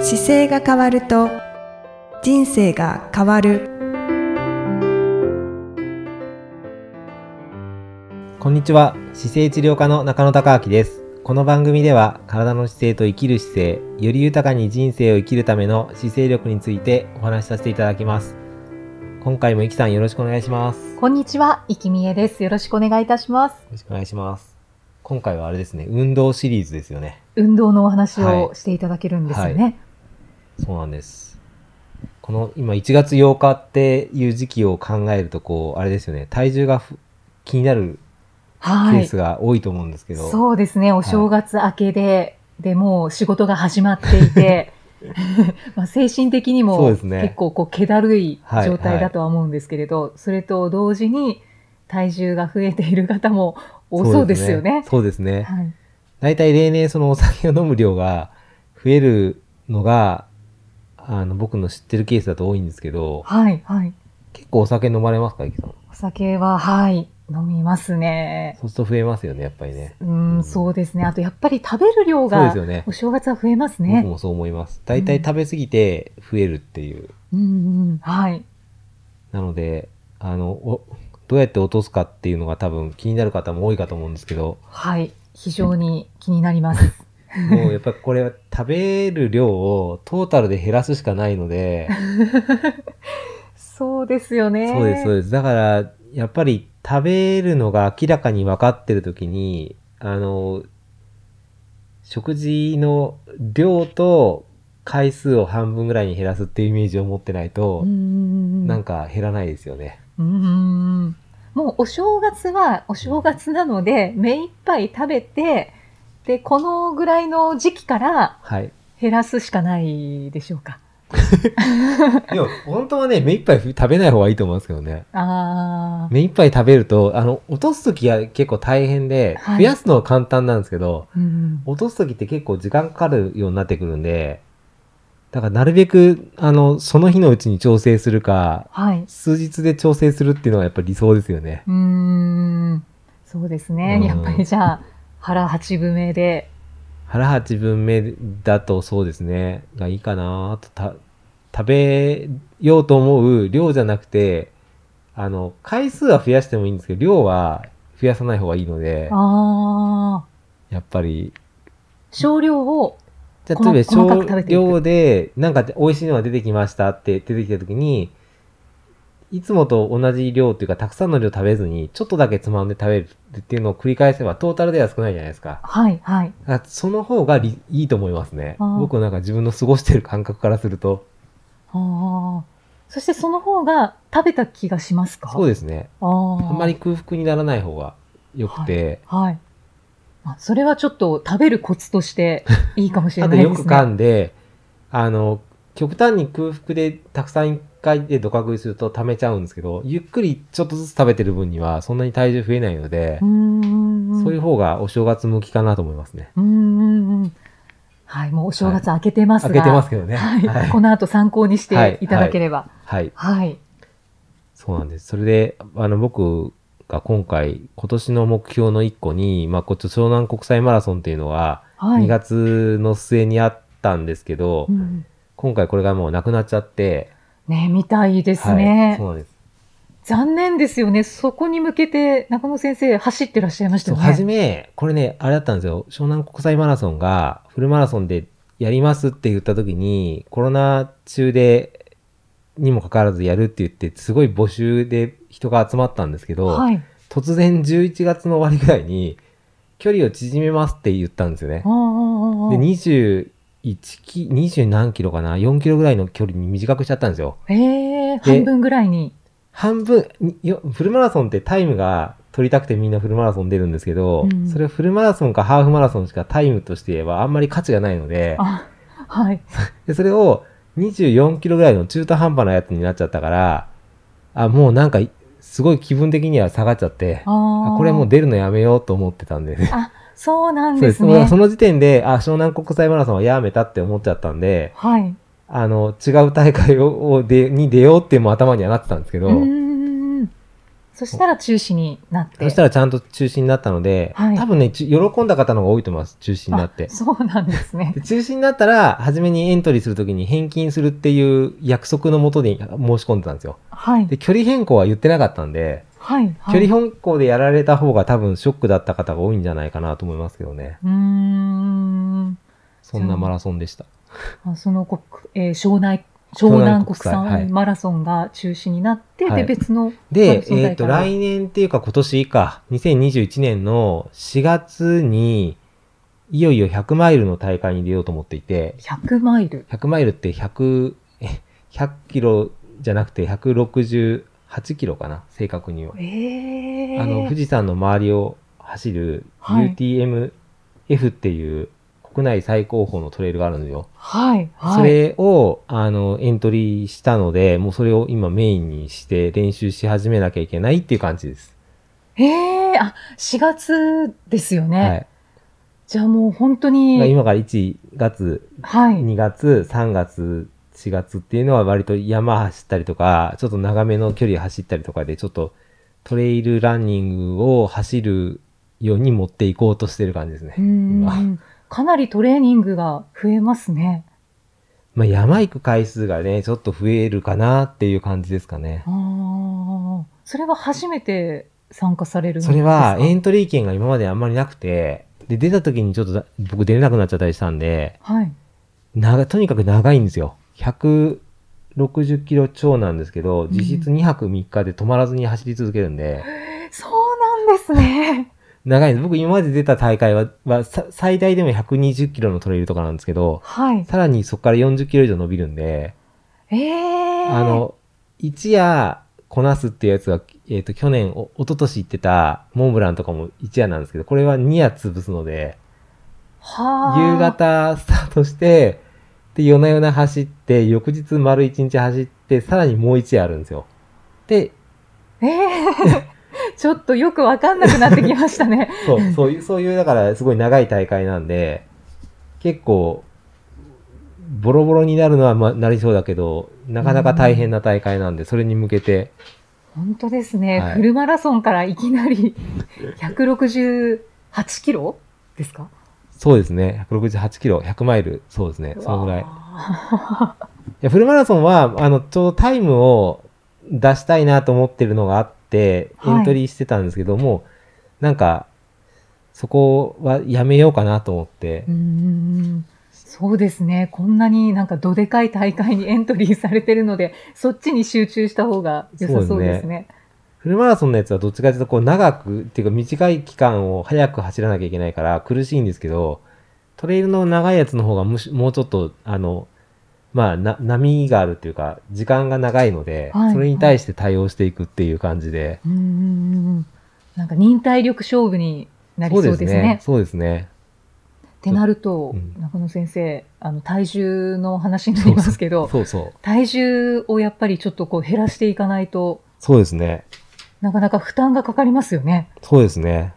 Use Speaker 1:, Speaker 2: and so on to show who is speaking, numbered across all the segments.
Speaker 1: 姿勢が変わると人生が変わる
Speaker 2: こんにちは姿勢治療科の中野孝明ですこの番組では体の姿勢と生きる姿勢より豊かに人生を生きるための姿勢力についてお話しさせていただきます今回もいきさんよろしくお願いしますよ
Speaker 3: こんにちは、いきみえです。よろしくお願いいたします。
Speaker 2: ろしくお願いします今回はあれですね運動シリーズですよね
Speaker 3: 運動のお話
Speaker 2: は
Speaker 3: を
Speaker 2: い
Speaker 3: していただけるんですよね。
Speaker 2: そうなんですこの今1月8日っていう時期を考えるとこうあれですよね体重がふ気になるケ
Speaker 3: はい。
Speaker 2: ースが多いと思うんですけど、
Speaker 3: そうですね、お正月明けで、でもう仕事が始まって いて、まあ精神的に
Speaker 2: そう
Speaker 3: も
Speaker 2: ですね
Speaker 3: 結構こう気だるい
Speaker 2: はい
Speaker 3: 状態だとは思うんですけれど、それと同時に体重が増えている方も多そうですよね。
Speaker 2: そうですね。
Speaker 3: はい、
Speaker 2: 大体例年そのお酒を飲む量が増えるのが、あの、僕の知ってるケースだと多いんですけど、
Speaker 3: はい、はい。
Speaker 2: 結構お酒飲まれますか、ゆきさん。
Speaker 3: お酒は、はい、飲みますね。
Speaker 2: そうすると増えますよね、やっぱりね。
Speaker 3: うん、そうですね。あとやっぱり食べる量
Speaker 2: そうで
Speaker 3: が
Speaker 2: すよね
Speaker 3: お。正月は増えます
Speaker 2: 僕
Speaker 3: ね。
Speaker 2: もそう思います。大体食べ過ぎて増えるっていう。
Speaker 3: うんうん、はい。
Speaker 2: なので、あの、おどうやって落とすかっていうのが多分気になる方も多いかと思うんですけど、
Speaker 3: はい。非常に気になります。
Speaker 2: もうやっぱりこれは食べる量をトータルで減らすしかないので、
Speaker 3: そうですよね。
Speaker 2: そうです、そうです。だから、やっぱり食べるのが明らかに分かってるときに、あの、食事の量と回数を半分ぐらいに減らすっていうイメージを持ってないと
Speaker 3: うん、うんう
Speaker 2: なん
Speaker 3: ん
Speaker 2: か減らないですよね。
Speaker 3: うんうんうん。もうお正月はお正月なので、目いっぱい食べて、で、このぐらいの時期から
Speaker 2: はい。
Speaker 3: 減らすしかないでしょうか。
Speaker 2: でも、本当はね、目いっぱい食べない方がいいと思いますけどね。
Speaker 3: ああ。
Speaker 2: 目いっぱい食べると、あの、落とすときは結構大変で、
Speaker 3: はい
Speaker 2: 増やすのは簡単なんですけど、
Speaker 3: うん
Speaker 2: 落とすときって結構時間かかるようになってくるんで、だからなるべく、あの、その日のうちに調整するか、
Speaker 3: はい。
Speaker 2: 数日で調整するっていうのがやっぱり理想ですよね。
Speaker 3: うーん。そうです
Speaker 2: うん
Speaker 3: ね。やっぱりじゃあ、腹八分目で。
Speaker 2: 腹八分目だとそうですね、がいいかなと、た、食べようと思う量じゃなくて、あの、回数は増やしてもいいんですけど、量は増やさない方がいいので、
Speaker 3: ああ。
Speaker 2: やっぱり、
Speaker 3: 少量を
Speaker 2: じゃあ、
Speaker 3: 細
Speaker 2: 例えば
Speaker 3: 細かく食
Speaker 2: 少
Speaker 3: べていく
Speaker 2: 量で、なんか美味しいのが出てきましたって出てきたときに、いつもと同じ量っていうか、たくさんの量食べずに、ちょっとだけつまんで食べるっていうのを繰り返せば、トータルでは少ないじゃないですか。
Speaker 3: はい、はい。
Speaker 2: あその方がりいいと思いますね。
Speaker 3: あー
Speaker 2: 僕なんか自分の過ごしてる感覚からすると、
Speaker 3: ああ。そしてその方が食べた気がしますか
Speaker 2: そう
Speaker 3: う
Speaker 2: ですね。
Speaker 3: ああ。
Speaker 2: あんまり。空腹にならない方が良くて、
Speaker 3: はい。あ、それはちょっと食べるコツとしていいかもし れ
Speaker 2: あ
Speaker 3: な
Speaker 2: と
Speaker 3: いです
Speaker 2: よ
Speaker 3: ね。
Speaker 2: く噛んで、あの、極端に空腹でたくさん一回でドカ食いすると溜めちゃうんですけど、ゆっくりちょっとずつ食べてる分にはそんなに体重増えないので
Speaker 3: う、んん。
Speaker 2: そういう
Speaker 3: う。
Speaker 2: 方がお正月向きかなと思いますね。
Speaker 3: うんうんうん。はい、もうお正月明けてますが。
Speaker 2: 開けてますけどね。
Speaker 3: はい。
Speaker 2: はい
Speaker 3: この後参考にしていただければ。
Speaker 2: はい。
Speaker 3: はい。
Speaker 2: そうなんです。それで、あの、僕が今回、今年の目標の一個に、まあ、こっち湘南国際マラソンっていうのが、
Speaker 3: はい。
Speaker 2: 2月の末にあったんですけど、
Speaker 3: うん
Speaker 2: 今回これがもうなくなっちゃって、
Speaker 3: ね、みたいです
Speaker 2: はい、
Speaker 3: ね
Speaker 2: そう。なんです。
Speaker 3: 残念ですよね。そこに向けて中野先生走ってらっしゃいました
Speaker 2: そう、
Speaker 3: よね。
Speaker 2: 初め、これね、あれだったんですよ。湘南国際マラソンが、フルマラソンでやりますって言った時に、コロナ中で、にもかかわらずやるって言って、すごい募集で人が集まったんですけど、
Speaker 3: はい。
Speaker 2: 突然11月の終わりぐらいに、距離を縮めますって言ったんですよね
Speaker 3: あ。あ
Speaker 2: で、21キ、20何キロかな ?4 キロぐらいの距離に短くしちゃったんですよ。
Speaker 3: ええ
Speaker 2: で
Speaker 3: 半分ぐらいに。
Speaker 2: 半分、によフルマラソンってタイムが取りたくてみんなフルマラソン出るんですけど、
Speaker 3: うん
Speaker 2: それフルマラソンかハーフマラソンしかタイムとして言えばあんまり価値がないので、
Speaker 3: あ、はい。
Speaker 2: でそれを24キロぐらいの中途半端なやつになっちゃったから、あ、もうなんかいすごい気分的には下がっちゃって、
Speaker 3: あ
Speaker 2: あ
Speaker 3: あ。
Speaker 2: これもう出るのやめようと思ってたんで、ね、
Speaker 3: そうなん
Speaker 2: そう
Speaker 3: で
Speaker 2: ですす。もう
Speaker 3: ね
Speaker 2: そ。の時点で、あ、湘南国際マラソンはやめたって思っちゃったんで、
Speaker 3: はい。
Speaker 2: あの、違う大会ををでに出ようってもう頭にはなってたんですけど、
Speaker 3: うーん。そしたら中止になって。
Speaker 2: そしたらちゃんと中止になったので、
Speaker 3: はい
Speaker 2: 多分ね、ち喜んだ方の方が多いと思います。中止になって
Speaker 3: あ。そうなんですね
Speaker 2: で。中止になったら、初めにエントリーするときに返金するっていう約束のもとに申し込んでたんですよ。
Speaker 3: はい
Speaker 2: で、。距離変更は言ってなかったんで、
Speaker 3: はい。
Speaker 2: 距離変更でやられた方が多分ショックだった方が多いんじゃないかなと思いますけどね。
Speaker 3: うーん。
Speaker 2: そんなマラソンでした。
Speaker 3: あその国、えー湘南、
Speaker 2: 湘
Speaker 3: 湘南国
Speaker 2: 南国際はい
Speaker 3: 産マラソンが中止になって、
Speaker 2: はい
Speaker 3: で、別の、マラ
Speaker 2: で、
Speaker 3: ソン
Speaker 2: えっ、
Speaker 3: 大
Speaker 2: と、
Speaker 3: 会
Speaker 2: 来年っていうか今年か、2021年の4月に、いよいよ100マイルの大会に出ようと思っていて、
Speaker 3: 100マイル。
Speaker 2: 100マイルって100、え100キロじゃなくて168キロかな、正確には。
Speaker 3: ええ
Speaker 2: あの、富士山の周りを走る
Speaker 3: はい
Speaker 2: UTMF っていう国内最高峰のトレイルがあるんですよ。
Speaker 3: はい、はい。
Speaker 2: それを、あの、エントリーしたので、もうそれを今メインにして練習し始めなきゃいけないっていう感じです。
Speaker 3: ええあ、4月ですよね。
Speaker 2: はい。
Speaker 3: じゃあもう本当に、
Speaker 2: まあ今から1月、
Speaker 3: はい。
Speaker 2: 2月、3月、4月っていうのは割と山走ったりとか、ちょっと長めの距離走ったりとかで、ちょっとトレイルランニングを走るように持っていこうとしてる感じですね。
Speaker 3: うー
Speaker 2: 今
Speaker 3: ん。かなりトレーニングが増えますね。
Speaker 2: まあ、山行く回数がね、ちょっと増えるかなっていう感じですかね。
Speaker 3: ああ。それは初めて参加されるんです
Speaker 2: そ
Speaker 3: か
Speaker 2: れはエントリー券が今まであんまりなくて、で、出た時にちょっとだ僕出れなくなっちゃったりしたんで、
Speaker 3: はい。
Speaker 2: 長、とにかく長いんですよ。160キロ超なんですけど、実質
Speaker 3: うん
Speaker 2: 2泊3日で止まらずに走り続けるんで、
Speaker 3: そうなんですね。
Speaker 2: 長いんです。僕今まで出た大会は、まあさ最大でも120キロのトレイルとかなんですけど、
Speaker 3: はい。
Speaker 2: さらにそこから40キロ以上伸びるんで、
Speaker 3: ええ
Speaker 2: あ、の、一夜こなすっていうやつは、えっ、と、去年、お、一昨年言ってたモンブランとかも一夜なんですけど、これは二夜潰すので、
Speaker 3: はあ
Speaker 2: 夕。方スタートして、で、夜な夜な走って、翌日丸一日走って、さらにもう一夜あるんですよ。で、
Speaker 3: ええ ちょっとよくわかんなくなってきまし たね。
Speaker 2: そう、そういう、そういう、だからすごい長い大会なんで、結構、ボロボロになるのは、まあ、なりそうだけど、なかなか大変な大会なんで、それに向けて、
Speaker 3: 本当ですね、
Speaker 2: はい
Speaker 3: フルマラソンからいきな り168キロですか
Speaker 2: そうですね。168キロ、100マイル、そうですね。そのぐらい。いう
Speaker 3: わ
Speaker 2: や、フルマラソンは、あの、ちょうどタイムを出したいなと思ってるのがあって、エ
Speaker 3: はい
Speaker 2: ントリーしてたんですけども、なんか、そこはやめようかなと思って
Speaker 3: ーうー、んそうですねこんなになんかどでかい大会にエントリーされてるのでそっちに集中した方が良さ
Speaker 2: そ
Speaker 3: そうう
Speaker 2: で
Speaker 3: ですすね
Speaker 2: フルマラソンのやつはどっちかというと、こう、長く、っていうか短い期間を早く走らなきゃいけないから苦しいんですけど、トレイルの長いやつの方がむし、もうちょっと、あの、まあ、な、波があるっていうか、時間が長いので、
Speaker 3: はい
Speaker 2: それに対して対応していくっていう感じで、
Speaker 3: うーんなんか忍耐力勝負になりそうですね
Speaker 2: そうですね。
Speaker 3: ってなると、
Speaker 2: うん
Speaker 3: 中野先生あの体重の話になりますけど
Speaker 2: そうそう。
Speaker 3: 体重をやっぱりちょっとこう減らしていかないと
Speaker 2: そうですね。
Speaker 3: なかなか負担がかかりますよね。
Speaker 2: そうですね。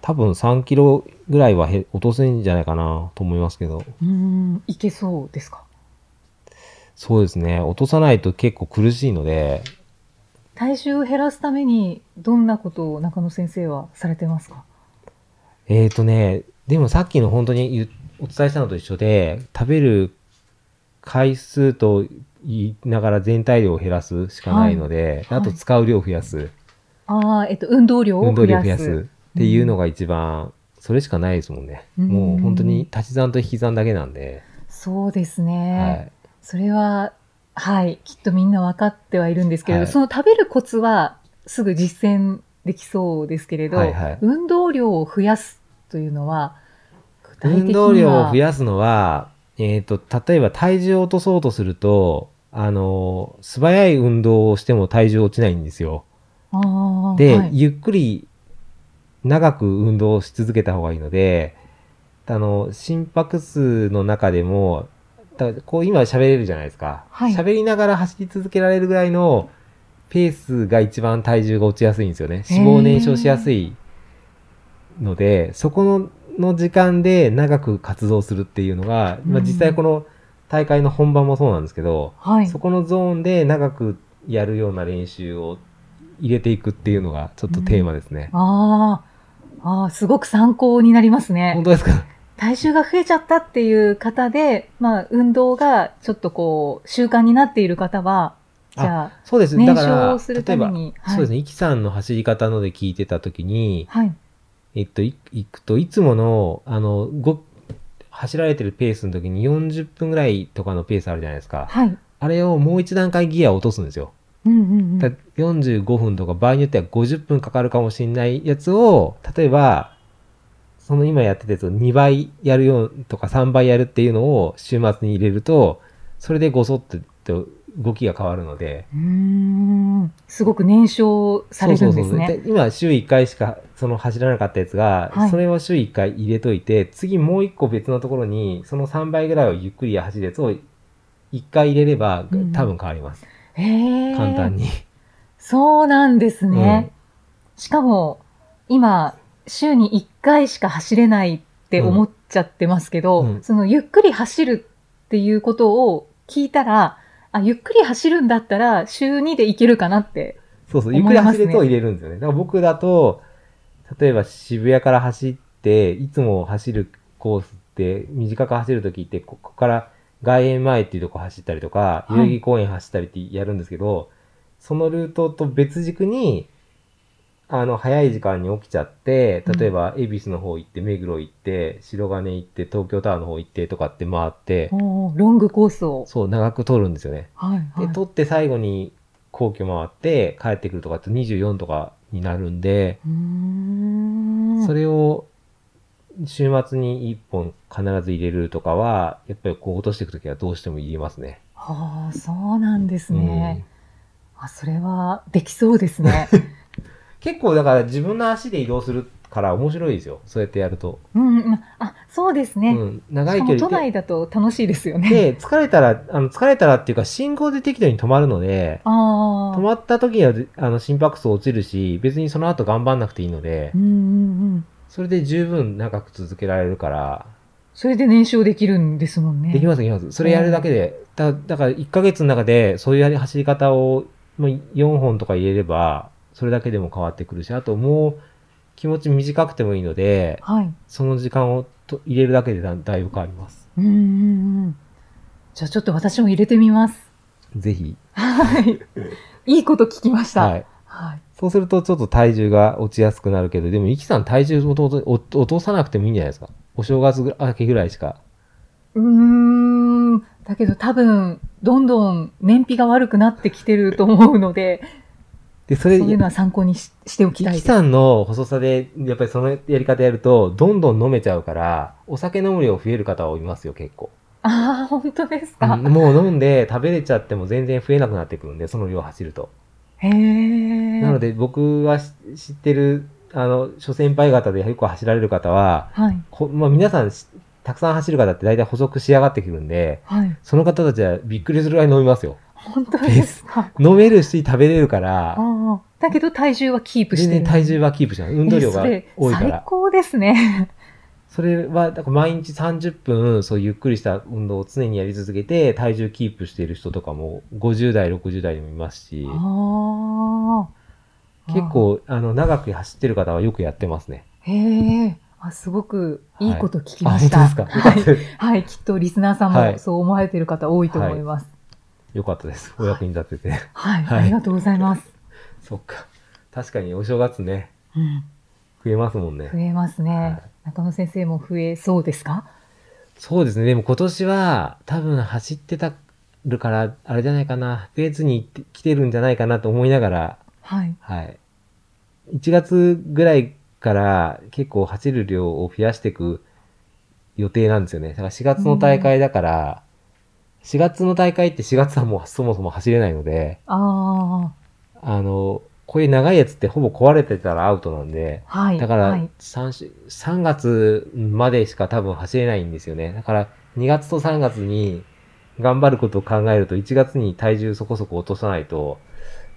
Speaker 2: 多分3キロぐらいはへ落とせんじゃないかなと思いますけど。
Speaker 3: うーん、いけそうですか。
Speaker 2: そうですね。落とさないと結構苦しいので、
Speaker 3: 体重を減らすために、どんなことを中野先生はされてますか
Speaker 2: えーとね、でもさっきの本当に言うお伝えしたのと一緒で、食べる回数と言いながら全体量を減らすしかないので、
Speaker 3: はい
Speaker 2: あと使う量を増やす、
Speaker 3: ああ、えっと、運動量を
Speaker 2: 運
Speaker 3: 増
Speaker 2: 動量を
Speaker 3: や
Speaker 2: 増
Speaker 3: す。
Speaker 2: やすっていうのが一番、それしかないですもんね。
Speaker 3: うん
Speaker 2: もう本当に足し算と引き算だけなんで、
Speaker 3: そうです
Speaker 2: は
Speaker 3: ね。
Speaker 2: い。
Speaker 3: それは、はい、きっとみんな分かってはいるんですけれど、
Speaker 2: はい
Speaker 3: その食べるコツはすぐ実践できそうですけれど、
Speaker 2: はいはい
Speaker 3: 運動量を増やすというのは、具体的には
Speaker 2: 運動量を増やすのは、えっ、と、例えば体重を落とそうとすると、あの、素早い運動をしても体重落ちないんですよ。
Speaker 3: あー
Speaker 2: で、
Speaker 3: はい
Speaker 2: ゆっくり長く運動をし続けた方がいいので、あの、心拍数の中でも、だこう今喋れるじゃないですか。
Speaker 3: はい
Speaker 2: 喋りながら走り続けられるぐらいのペースが一番体重が落ちやすいんですよね。
Speaker 3: へー
Speaker 2: 脂肪燃焼しやすいので、そこのの時間で長く活動するっていうのが、まあ、
Speaker 3: うん
Speaker 2: 実際この大会の本番もそうなんですけど、
Speaker 3: はい
Speaker 2: そこのゾーンで長くやるような練習を入れていくっていうのがちょっとテーマですね。
Speaker 3: あーあー、すごく参考になりますね
Speaker 2: 本。当ですか
Speaker 3: 体重が増えちゃったっていう方で、まあ、運動がちょっとこう、習慣になっている方は、じゃあ、
Speaker 2: そうですね。だ
Speaker 3: 燃
Speaker 2: か
Speaker 3: 焼
Speaker 2: ら
Speaker 3: を、する
Speaker 2: 例
Speaker 3: た
Speaker 2: え
Speaker 3: め
Speaker 2: ば、
Speaker 3: に。
Speaker 2: そうです
Speaker 3: ね。
Speaker 2: ね。イキさんの走り方ので聞いてたときに、
Speaker 3: はい。
Speaker 2: えっと、い行くと、いつもの、あの、ご走られてるペースの時に40分ぐらいとかのペースあるじゃないですか。
Speaker 3: はい。
Speaker 2: あれをもう一段階ギアを落とすんですよ。
Speaker 3: うんうんう
Speaker 2: だ
Speaker 3: ん。
Speaker 2: 45分とか場合によっては50分かかるかもしれないやつを、例えば、その今やってたやつを2倍やるようとか3倍やるっていうのを週末に入れると、それでごそっと動きが変わるので。
Speaker 3: うーん。すごく燃焼されるんですね。
Speaker 2: で今週1回しかその走らなかったやつが、
Speaker 3: はい
Speaker 2: それを週1回入れといて、次もう1個別のところに、その3倍ぐらいをゆっくり走るやつを1回入れれば、
Speaker 3: うん
Speaker 2: 多分変わります。
Speaker 3: へえ。
Speaker 2: 簡単。に。
Speaker 3: そうなんですね。しかも、今、週に1回しか走れないって思っちゃってますけど、
Speaker 2: うんうん
Speaker 3: そのゆっくり走るっていうことを聞いたら、あ、ゆっくり走るんだったら週2でいけるかなって。
Speaker 2: そうそう、ゆっ
Speaker 3: 思
Speaker 2: く
Speaker 3: い
Speaker 2: り
Speaker 3: ます
Speaker 2: 走
Speaker 3: ね
Speaker 2: ると入れるんですよね。だから僕だと、例えば渋谷から走って、いつも走るコースって、短く走るときって、ここから外苑前っていうとこ走ったりとか、
Speaker 3: はい
Speaker 2: 代々木公園走ったりってやるんですけど、そのルートと別軸に、あの、早い時間に起きちゃって、例えば、恵比寿の方行って、目黒行って、白金行って、東京タワーの方行ってとかって回って、
Speaker 3: おーロングコースを。
Speaker 2: そう、長く通るんですよね。
Speaker 3: はい、
Speaker 2: で、
Speaker 3: はい。
Speaker 2: 取って最後に皇居回って帰ってくるとかって24とかになるんで、
Speaker 3: うーん
Speaker 2: それを週末に1本必ず入れるとかは、やっぱりこう落としていくときはどうしても入れますね。
Speaker 3: はあ、そうなんです
Speaker 2: うん
Speaker 3: ね。あ、それはできそうで すね。
Speaker 2: 結構だから自分の足で移動するから面白いですよ。そうやってやると。
Speaker 3: うんうん、あ、そうです
Speaker 2: う
Speaker 3: ね。
Speaker 2: ん。長
Speaker 3: し
Speaker 2: い
Speaker 3: か
Speaker 2: 距
Speaker 3: も都
Speaker 2: 離
Speaker 3: 内
Speaker 2: で。
Speaker 3: だと楽しいですよね。
Speaker 2: で、疲れたら、あの、疲れたらっていうか、信号で適度に止まるので、
Speaker 3: ああ
Speaker 2: 止。まった時には、あの、心拍数落ちるし、別にその後頑張んなくていいので
Speaker 3: うん、うんうん。
Speaker 2: それで十分長く続けられるから、
Speaker 3: それで燃焼できるんですもんね。
Speaker 2: できます、できます。それやるだけで。だだから、1ヶ月の中で、そういう走り方を、まあ、4本とか入れれば、それだけでも変わってくるし、あともう、気持ち短くてもいいので、
Speaker 3: はい。
Speaker 2: その時間をと入れるだけでだだいぶ変わります。
Speaker 3: うんうんうん。じゃあちょっと私も入れて みます。
Speaker 2: ぜひ。
Speaker 3: はい。いいこと聞きました。
Speaker 2: は
Speaker 3: はい。
Speaker 2: い。そうすると、ちょっと体重が落ちやすくなるけど、でも、イキさん体重をとお落とさなくてもいいんじゃないですか。お正月ぐらい明けぐらいしか。
Speaker 3: うーん。だけど多分、どんどん燃費が悪くなってきてると思うので、
Speaker 2: で、そ
Speaker 3: そ
Speaker 2: れ、
Speaker 3: ういうのは参考にししておき
Speaker 2: イ
Speaker 3: たい
Speaker 2: キ
Speaker 3: です。
Speaker 2: さんの細さで、やっぱりそのやり方やると、どんどん飲めちゃうから、お酒飲む量増える方はいますよ、結構。
Speaker 3: ああ、本当です
Speaker 2: う
Speaker 3: か。
Speaker 2: んもう飲んで食べれちゃっても全然増えなくなってくるんで、その量走ると。
Speaker 3: へえ。
Speaker 2: なので僕はし知ってる、あの、諸先輩方でよく走られる方は、
Speaker 3: はい。
Speaker 2: ほまあ、皆さんし、たくさん走る方って大体補足しやがってくるんで、
Speaker 3: はい。
Speaker 2: その方たちはびっくりするぐらい飲みますよ。
Speaker 3: 本当 ですか。
Speaker 2: 飲めるし食べれるから、
Speaker 3: ああ。だけど体重はキープし
Speaker 2: 全
Speaker 3: てる。
Speaker 2: 然体重はキープしない。運動量が
Speaker 3: えそ
Speaker 2: 多
Speaker 3: れ
Speaker 2: いから
Speaker 3: 最。高ですね。
Speaker 2: それは、だから毎日30分、そうゆっくりした運動を常にやり続けて、体重キープしている人とかも、50代、60代でもいますし、
Speaker 3: ああ。
Speaker 2: 結構、あの、長く走ってる方はよくやってますね。
Speaker 3: へえ、あ、すごくいいこと聞きま
Speaker 2: あ、本
Speaker 3: した。
Speaker 2: 当ですかよかった
Speaker 3: は
Speaker 2: で
Speaker 3: い。
Speaker 2: す。
Speaker 3: はい、きっとリスナーさん
Speaker 2: は
Speaker 3: も
Speaker 2: い
Speaker 3: そう思われている方多いと思います。
Speaker 2: よかったです。お役に立て て。
Speaker 3: はい、
Speaker 2: はい
Speaker 3: ありがとうございます。
Speaker 2: そっか。確かにお正月ね、
Speaker 3: うん、
Speaker 2: 増えますもんね
Speaker 3: 増。えますね。
Speaker 2: はい
Speaker 3: 中野先生も増えそうですか
Speaker 2: そうですね。でも今年は、多分走ってたるから、あれじゃないかな、増えずに来てるんじゃないかなと思いながら、
Speaker 3: はい。
Speaker 2: はい。1月ぐらいから結構走る量を増やしていく予定なんですよね。だから4月の大会だから、4月の大会って4月はもうそもそも走れないので、
Speaker 3: あ
Speaker 2: あの、こういう長いやつってほぼ壊れてたらアウトなんで、
Speaker 3: あ、はい。
Speaker 2: だか
Speaker 3: は
Speaker 2: ら
Speaker 3: い、
Speaker 2: 3し、3月までしか多分走れないんですよね。だから2月と3月に頑張ることを考えると1月に体重そこそこ落とさないと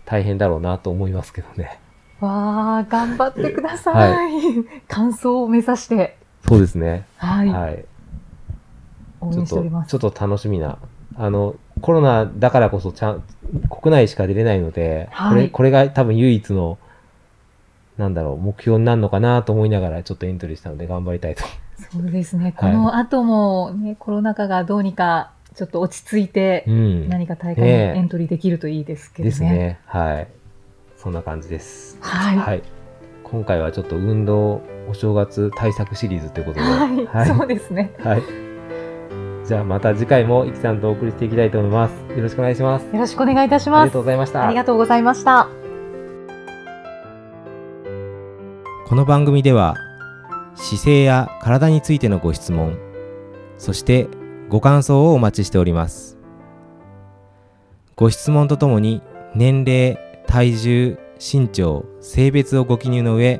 Speaker 2: 大変だろうなと思いますけどね。
Speaker 3: わあ、頑張ってください。完走を目指して、
Speaker 2: そうですね。
Speaker 3: はい、
Speaker 2: はい。
Speaker 3: 応
Speaker 2: ちょ
Speaker 3: 援
Speaker 2: っ
Speaker 3: しておりま
Speaker 2: と、
Speaker 3: す。
Speaker 2: ちょっと楽しみな。あの、コロナだからこそちゃん、国内しか出れないので、
Speaker 3: はい
Speaker 2: これこれが多分唯一の、なんだろう、目標になるのかなと思いながら、ちょっとエントリーしたので頑張りたいと。
Speaker 3: そうですね。こ
Speaker 2: はい
Speaker 3: の後も、ね、コロナ禍がどうにかちょっと落ち着いて
Speaker 2: う、ん。
Speaker 3: 何か大会に
Speaker 2: ねえ
Speaker 3: エントリーできるといいですけどね。
Speaker 2: ですね。はい。そんな感じです。
Speaker 3: はい。はい
Speaker 2: はい。今回はちょっと運動お正月対策シリーズということで。
Speaker 3: そうですね。
Speaker 2: はい。じゃあまた次回もいきさんとお送りしていきたいと思います。よろしくお願いします。
Speaker 3: よろしくお願いいたし
Speaker 2: あり
Speaker 3: ま
Speaker 2: が
Speaker 3: す
Speaker 2: と。うございました。
Speaker 3: ありがとうございました。
Speaker 2: この番組では姿勢や体についてのご質問そしてご感想をお待ちしておりますご質問とともに年齢体重身長性別をご記入の上